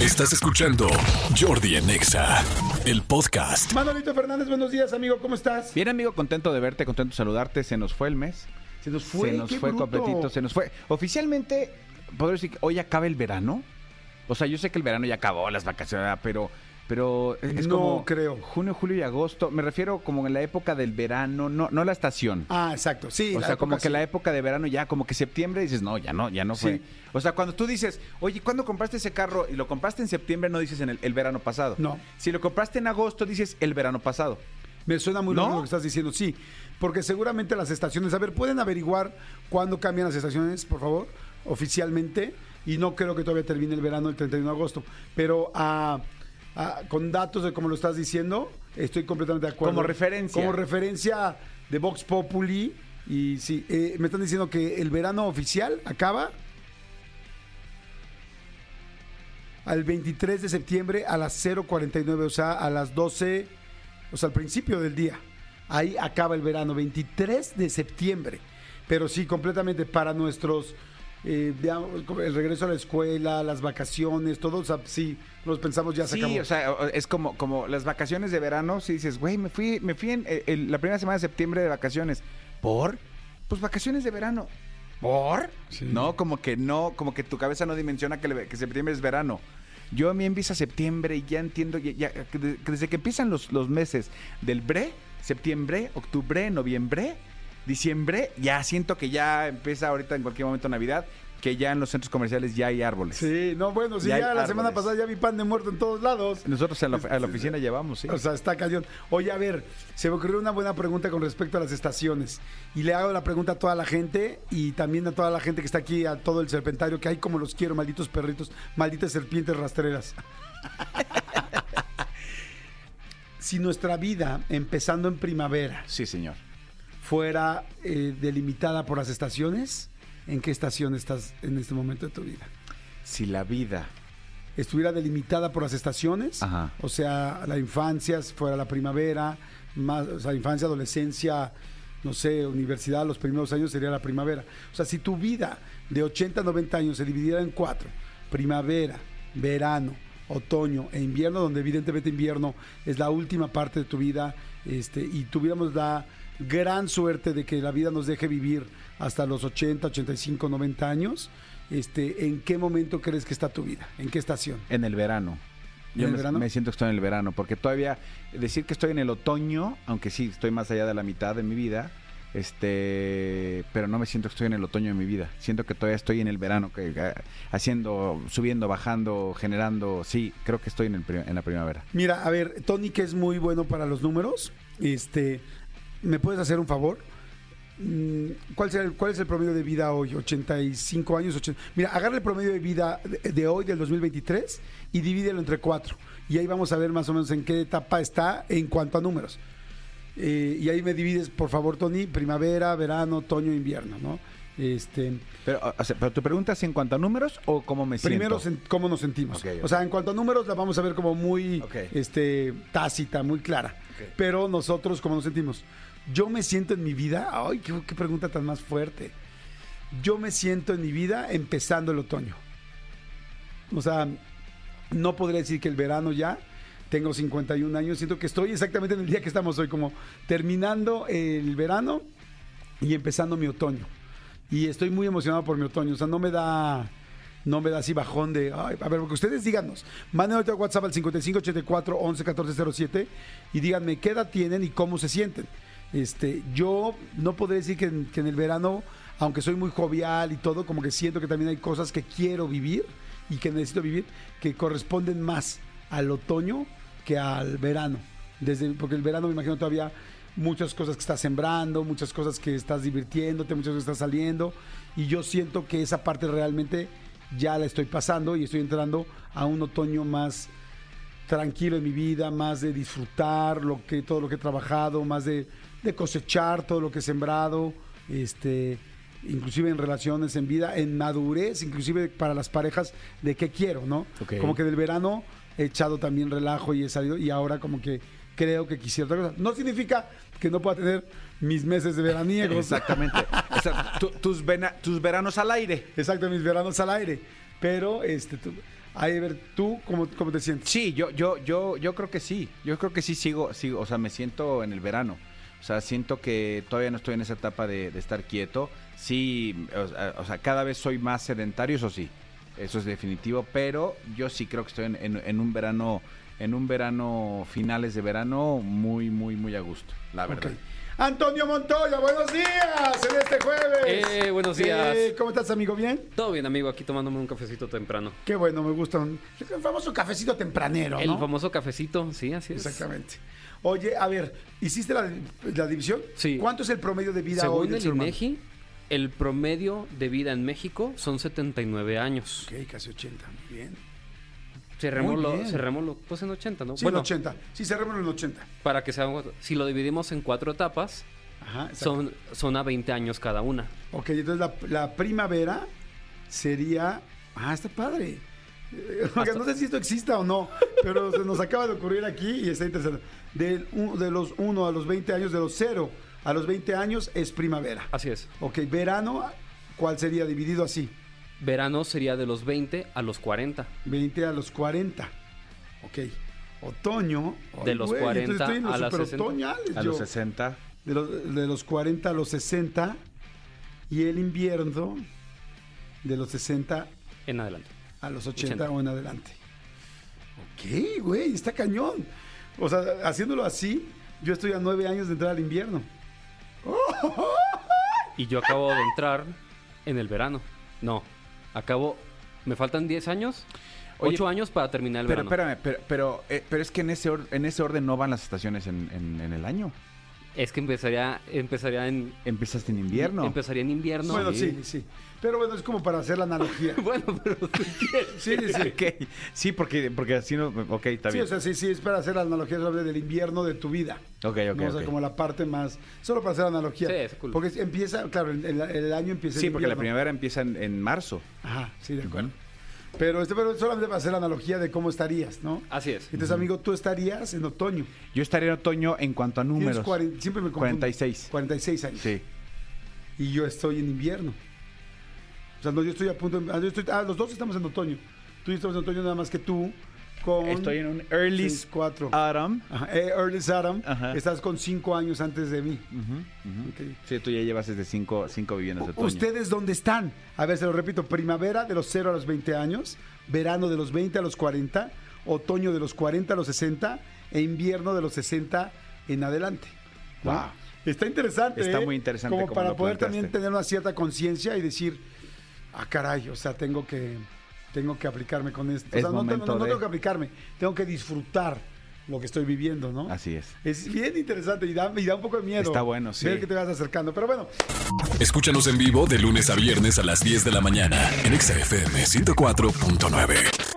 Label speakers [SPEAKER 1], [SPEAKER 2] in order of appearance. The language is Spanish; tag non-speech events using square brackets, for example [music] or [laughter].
[SPEAKER 1] Estás escuchando Jordi en EXA, el podcast.
[SPEAKER 2] Manolito Fernández, buenos días, amigo, ¿cómo estás?
[SPEAKER 3] Bien, amigo, contento de verte, contento de saludarte. Se nos fue el mes.
[SPEAKER 2] Se nos fue,
[SPEAKER 3] se nos
[SPEAKER 2] qué
[SPEAKER 3] fue
[SPEAKER 2] bruto.
[SPEAKER 3] completito, se nos fue. Oficialmente, podría decir que hoy acaba el verano. O sea, yo sé que el verano ya acabó, las vacaciones, ¿verdad? pero pero eh, es
[SPEAKER 2] No
[SPEAKER 3] como
[SPEAKER 2] creo.
[SPEAKER 3] junio, julio y agosto. Me refiero como en la época del verano, no no la estación.
[SPEAKER 2] Ah, exacto, sí.
[SPEAKER 3] o
[SPEAKER 2] la
[SPEAKER 3] sea, como
[SPEAKER 2] época
[SPEAKER 3] que
[SPEAKER 2] sí.
[SPEAKER 3] la época de verano ya, como que septiembre dices, no, ya no, ya no fue.
[SPEAKER 2] Sí.
[SPEAKER 3] O sea, cuando tú dices, oye, ¿cuándo compraste ese carro? Y lo compraste en septiembre, no dices en el, el verano pasado.
[SPEAKER 2] No.
[SPEAKER 3] Si lo compraste en agosto, dices el verano pasado.
[SPEAKER 2] Me suena muy
[SPEAKER 3] ¿No?
[SPEAKER 2] lógico lo que estás diciendo, sí. Porque seguramente las estaciones, a ver, ¿pueden averiguar cuándo cambian las estaciones, por favor? Oficialmente. Y no creo que todavía termine el verano el 31 de agosto. Pero ah, ah, con datos de como lo estás diciendo, estoy completamente de acuerdo.
[SPEAKER 3] Como referencia.
[SPEAKER 2] Como referencia de Vox Populi. Y sí, eh, me están diciendo que el verano oficial acaba al 23 de septiembre a las 0.49, o sea, a las 12, o sea, al principio del día. Ahí acaba el verano, 23 de septiembre. Pero sí, completamente para nuestros, eh, digamos, como el regreso a la escuela, las vacaciones, todo, o sea, sí, los pensamos ya se
[SPEAKER 3] sí,
[SPEAKER 2] acabó.
[SPEAKER 3] o sea, o- es como, como las vacaciones de verano, si dices, güey, me fui, me fui en eh, el- la primera semana de septiembre de vacaciones. ¿Por? Pues vacaciones de verano. ¿Por? No, como que no, como que tu cabeza no dimensiona que, le- que septiembre es verano. Yo a mí empieza septiembre y ya entiendo, ya- ya- que de- que desde que empiezan los, los meses del bre, septiembre, octubre, noviembre, diciembre, ya siento que ya empieza ahorita en cualquier momento Navidad, que ya en los centros comerciales ya hay árboles.
[SPEAKER 2] sí, no, bueno, sí,
[SPEAKER 3] Ya
[SPEAKER 2] ya,
[SPEAKER 3] hay
[SPEAKER 2] la semana
[SPEAKER 3] árboles.
[SPEAKER 2] pasada ya vi pan de muerto en todos lados.
[SPEAKER 3] Nosotros a la, a la oficina llevamos, sí.
[SPEAKER 2] O sea, está cañón. Oye, a ver, se me ocurrió una buena pregunta con respecto a las estaciones. Y le hago la pregunta a toda la gente y también a toda la gente que está aquí, a todo el serpentario, que hay como los quiero, malditos perritos, malditas serpientes rastreras. [laughs] si nuestra vida, empezando en primavera,
[SPEAKER 3] Sí, señor.
[SPEAKER 2] fuera eh, delimitada por las estaciones, ¿en qué estación estás en este momento de tu vida?
[SPEAKER 3] Si la vida.
[SPEAKER 2] estuviera delimitada por las estaciones,
[SPEAKER 3] Ajá.
[SPEAKER 2] o sea, la infancia, si fuera la primavera, más, o sea, infancia, adolescencia, no sé, universidad, los primeros años sería la primavera. O sea, si tu vida de 80 a 90 años se dividiera en cuatro, primavera, verano, otoño e invierno, donde evidentemente invierno es la última parte de tu vida, este, y tuviéramos la gran suerte de que la vida nos deje vivir hasta los 80, 85, 90 años, este, ¿en qué momento crees que está tu vida? ¿En qué estación?
[SPEAKER 3] En el verano.
[SPEAKER 2] ¿En
[SPEAKER 3] Yo
[SPEAKER 2] el
[SPEAKER 3] me,
[SPEAKER 2] verano?
[SPEAKER 3] me siento que estoy en el verano, porque todavía decir que estoy en el otoño, aunque sí estoy más allá de la mitad de mi vida, este, pero no me siento que estoy en el otoño de mi vida. Siento que todavía estoy en el verano, que eh, haciendo, subiendo, bajando, generando. Sí, creo que estoy en, el pri- en la primavera.
[SPEAKER 2] Mira, a ver, Tony, que es muy bueno para los números, este, ¿me puedes hacer un favor? Mm, ¿Cuál, será el- ¿Cuál es el promedio de vida hoy? 85 años. 80. Mira, agarra el promedio de vida de, de hoy, del 2023, y divídelo entre cuatro. Y ahí vamos a ver más o menos en qué etapa está en cuanto a números. Eh, y ahí me divides, por favor, Tony, primavera, verano, otoño, invierno, ¿no? Este,
[SPEAKER 3] Pero, o sea, pero tu pregunta es en cuanto a números o cómo me siento.
[SPEAKER 2] Primero, sen- cómo nos sentimos.
[SPEAKER 3] Ok, ok.
[SPEAKER 2] O sea, en cuanto a números, la vamos a ver como muy
[SPEAKER 3] Ok.
[SPEAKER 2] este, tácita, muy clara. Pero nosotros, cómo nos sentimos. Yo me siento en mi vida. Ay, qué, qué pregunta tan más fuerte. Yo me siento en mi vida empezando el otoño. O sea, no podría decir que el verano ya. Tengo 51 años. Siento que estoy exactamente en el día que estamos hoy, como terminando el verano y empezando mi otoño. Y estoy muy emocionado por mi otoño. O sea, no me da. No me da así bajón de. ay, a ver, porque ustedes díganos. Manden ahorita WhatsApp al 5584 111407 y díganme qué edad tienen y cómo se sienten. Este, yo no podré decir que en, que en el verano, aunque soy muy jovial y todo, como que siento que también hay cosas que quiero vivir y que necesito vivir que corresponden más al otoño que al verano desde porque el verano me imagino todavía muchas cosas que estás sembrando, muchas cosas que estás divirtiéndote, muchas cosas que estás saliendo y yo siento que esa parte realmente ya la estoy pasando y estoy entrando a un otoño más tranquilo en mi vida, más de disfrutar lo que todo lo que he trabajado, más de, de cosechar todo lo que he sembrado, este inclusive en relaciones, en vida, en madurez, inclusive para las parejas de qué quiero, ¿no?
[SPEAKER 3] Ok.
[SPEAKER 2] Como que del verano he echado también relajo y he salido y ahora como que creo que quisiera otra cosa. No significa que no pueda tener mis meses de veraniego. [laughs]
[SPEAKER 3] Exactamente. O sea, tu- tus, vena- tus veranos al aire.
[SPEAKER 2] Exacto, mis veranos al aire. Pero este, tú- Ay, a ver, ¿tú cómo, cómo te sientes?
[SPEAKER 3] Sí, yo, yo, yo, yo creo que sí. Yo creo que sí sigo, sigo, o sea, me siento en el verano. O sea, siento que todavía no estoy en esa etapa de, de estar quieto. Sí, o, sea, o sea, cada vez soy más sedentario, eso sí. Eso es definitivo, pero yo sí creo que estoy en, en- en un verano, en un verano, finales de verano, muy, muy, muy a gusto, la verdad.
[SPEAKER 2] Ok. Eh, Antonio Montoya, buenos días en este jueves.
[SPEAKER 4] Eh, buenos
[SPEAKER 2] Sí,
[SPEAKER 4] días.
[SPEAKER 2] ¿Cómo estás, amigo? ¿Bien?
[SPEAKER 4] Todo bien, amigo, aquí tomándome un cafecito temprano.
[SPEAKER 2] Qué bueno, me gusta. un- El famoso cafecito tempranero, ¿no?
[SPEAKER 4] El famoso cafecito, sí, así es.
[SPEAKER 2] Exactamente. Oye, a ver, ¿hiciste la, la división?
[SPEAKER 4] Sí.
[SPEAKER 2] ¿Cuánto es el promedio de vida hoy
[SPEAKER 4] Según
[SPEAKER 2] del
[SPEAKER 4] el
[SPEAKER 2] ser humano?
[SPEAKER 4] INEGI, el promedio de vida en México son 79 años.
[SPEAKER 2] Ok, casi 80. muy Bien. Muy
[SPEAKER 4] Cerrémoslo,
[SPEAKER 2] bien.
[SPEAKER 4] cerrémoslo, pues en 80, ¿no?
[SPEAKER 2] Sí, en 80. Sí, cerremos en 80.
[SPEAKER 4] para que sea, si lo dividimos en cuatro etapas,
[SPEAKER 2] Ajá, exacto.
[SPEAKER 4] son, son a 20 años cada una.
[SPEAKER 2] Ok, entonces la, la primavera sería. Ah, está padre. [laughs] Eh, oiga, no sé si esto exista o no, pero se nos acaba de ocurrir aquí y está interesante. Del un- de los 1 a los 20 años, de los 0 a los 20 años es primavera.
[SPEAKER 4] Así es.
[SPEAKER 2] Ok, verano, ¿cuál sería dividido así?
[SPEAKER 4] Verano sería de los 20 a los 40.
[SPEAKER 2] 20 a los 40. Ok. Otoño.
[SPEAKER 4] De los
[SPEAKER 2] güey,
[SPEAKER 4] 40
[SPEAKER 2] entonces estoy en los
[SPEAKER 4] a las 60.
[SPEAKER 2] superotoñales,
[SPEAKER 3] A los
[SPEAKER 2] yo.
[SPEAKER 3] 60.
[SPEAKER 2] De los, de los 40 a los 60. Y el invierno de los 60
[SPEAKER 4] En adelante.
[SPEAKER 2] a los 80,
[SPEAKER 4] 80.
[SPEAKER 2] o en adelante. Ok, güey, está cañón. O sea, haciéndolo así, yo estoy a nueve años de entrar al invierno.
[SPEAKER 4] Y yo acabo de entrar en el verano. No, acabo. Me faltan 10 años,
[SPEAKER 3] Oye,
[SPEAKER 4] 8 años para terminar el
[SPEAKER 3] Pero
[SPEAKER 4] verano.
[SPEAKER 3] espérame, pero, pero, eh, pero es que en ese, or- en ese orden no van las estaciones en, en- en el año.
[SPEAKER 4] Es que empezaría, empezaría en
[SPEAKER 3] Empezaste en invierno.
[SPEAKER 4] Empezaría en invierno.
[SPEAKER 2] bueno, sí. sí, Pero bueno, es como para hacer la
[SPEAKER 3] [laughs]
[SPEAKER 2] analogía.
[SPEAKER 4] [laughs] Bueno, pero
[SPEAKER 2] Sí, sí, sí.
[SPEAKER 3] Ok, Sí, porque, porque así no. Ok, está
[SPEAKER 2] Sí,
[SPEAKER 3] bien.
[SPEAKER 2] o sea, sí, sí, es para hacer la analogía sobre del invierno de tu vida.
[SPEAKER 3] Ok, ok,
[SPEAKER 2] ¿no? O sea,
[SPEAKER 3] ok.
[SPEAKER 2] como la parte más. Solo para hacer analogía.
[SPEAKER 4] Sí, es cool.
[SPEAKER 2] Porque es- empieza, claro, el, el- el año empieza.
[SPEAKER 3] sí,
[SPEAKER 2] en
[SPEAKER 3] porque la
[SPEAKER 2] invierno.
[SPEAKER 3] primavera empieza en, en marzo.
[SPEAKER 2] Ajá, sí, de acuerdo.
[SPEAKER 3] Bueno.
[SPEAKER 2] Pero, este, pero solamente para hacer la analogía de cómo estarías, ¿no?
[SPEAKER 4] así es.
[SPEAKER 2] Entonces, amigo, tú estarías en otoño.
[SPEAKER 3] Yo estaré en otoño en cuanto a
[SPEAKER 2] Tienes
[SPEAKER 3] números.
[SPEAKER 2] cuaren- siempre me confundo.
[SPEAKER 3] 46.
[SPEAKER 2] 46 años.
[SPEAKER 3] Sí.
[SPEAKER 2] Y yo estoy en invierno. O sea, no, yo estoy a punto. de- ah, yo estoy- ah, los dos estamos en otoño. Tú y yo estamos en otoño, nada más que tú con.
[SPEAKER 3] Estoy en un early
[SPEAKER 2] seis, cuatro.
[SPEAKER 3] autumn.
[SPEAKER 2] Ajá, eh, Early Saddam,
[SPEAKER 3] Ajá.
[SPEAKER 2] estás con cinco años antes de mí. Ok.
[SPEAKER 3] Sí, tú ya llevas desde cinco, cinco viviendas de otoño.
[SPEAKER 2] ¿Ustedes dónde están? A ver, se lo repito, primavera de los 0 a los 20 años, verano de los 20 a los 40, otoño de los 40 a los 60 e invierno de los 60 en adelante. ¿no?
[SPEAKER 3] Wow.
[SPEAKER 2] Está interesante.
[SPEAKER 3] Está
[SPEAKER 2] ¿eh?
[SPEAKER 3] muy interesante
[SPEAKER 2] Como
[SPEAKER 3] cómo
[SPEAKER 2] para
[SPEAKER 3] lo
[SPEAKER 2] poder
[SPEAKER 3] planteaste.
[SPEAKER 2] también tener una cierta conciencia y decir, ah, caray, o sea, tengo que, tengo que aplicarme con esto. O
[SPEAKER 3] Es
[SPEAKER 2] sea, no tengo-
[SPEAKER 3] momento
[SPEAKER 2] no, no
[SPEAKER 3] de-
[SPEAKER 2] tengo que aplicarme, tengo que disfrutar lo que estoy viviendo, ¿no?
[SPEAKER 3] Así es.
[SPEAKER 2] Es bien interesante y da, y da un poco de miedo.
[SPEAKER 3] Está bueno, sí.
[SPEAKER 2] Ver que te vas acercando. Pero bueno,
[SPEAKER 1] Escúchanos en vivo de lunes a viernes a las 10 de la mañana en Exa FM 104.9.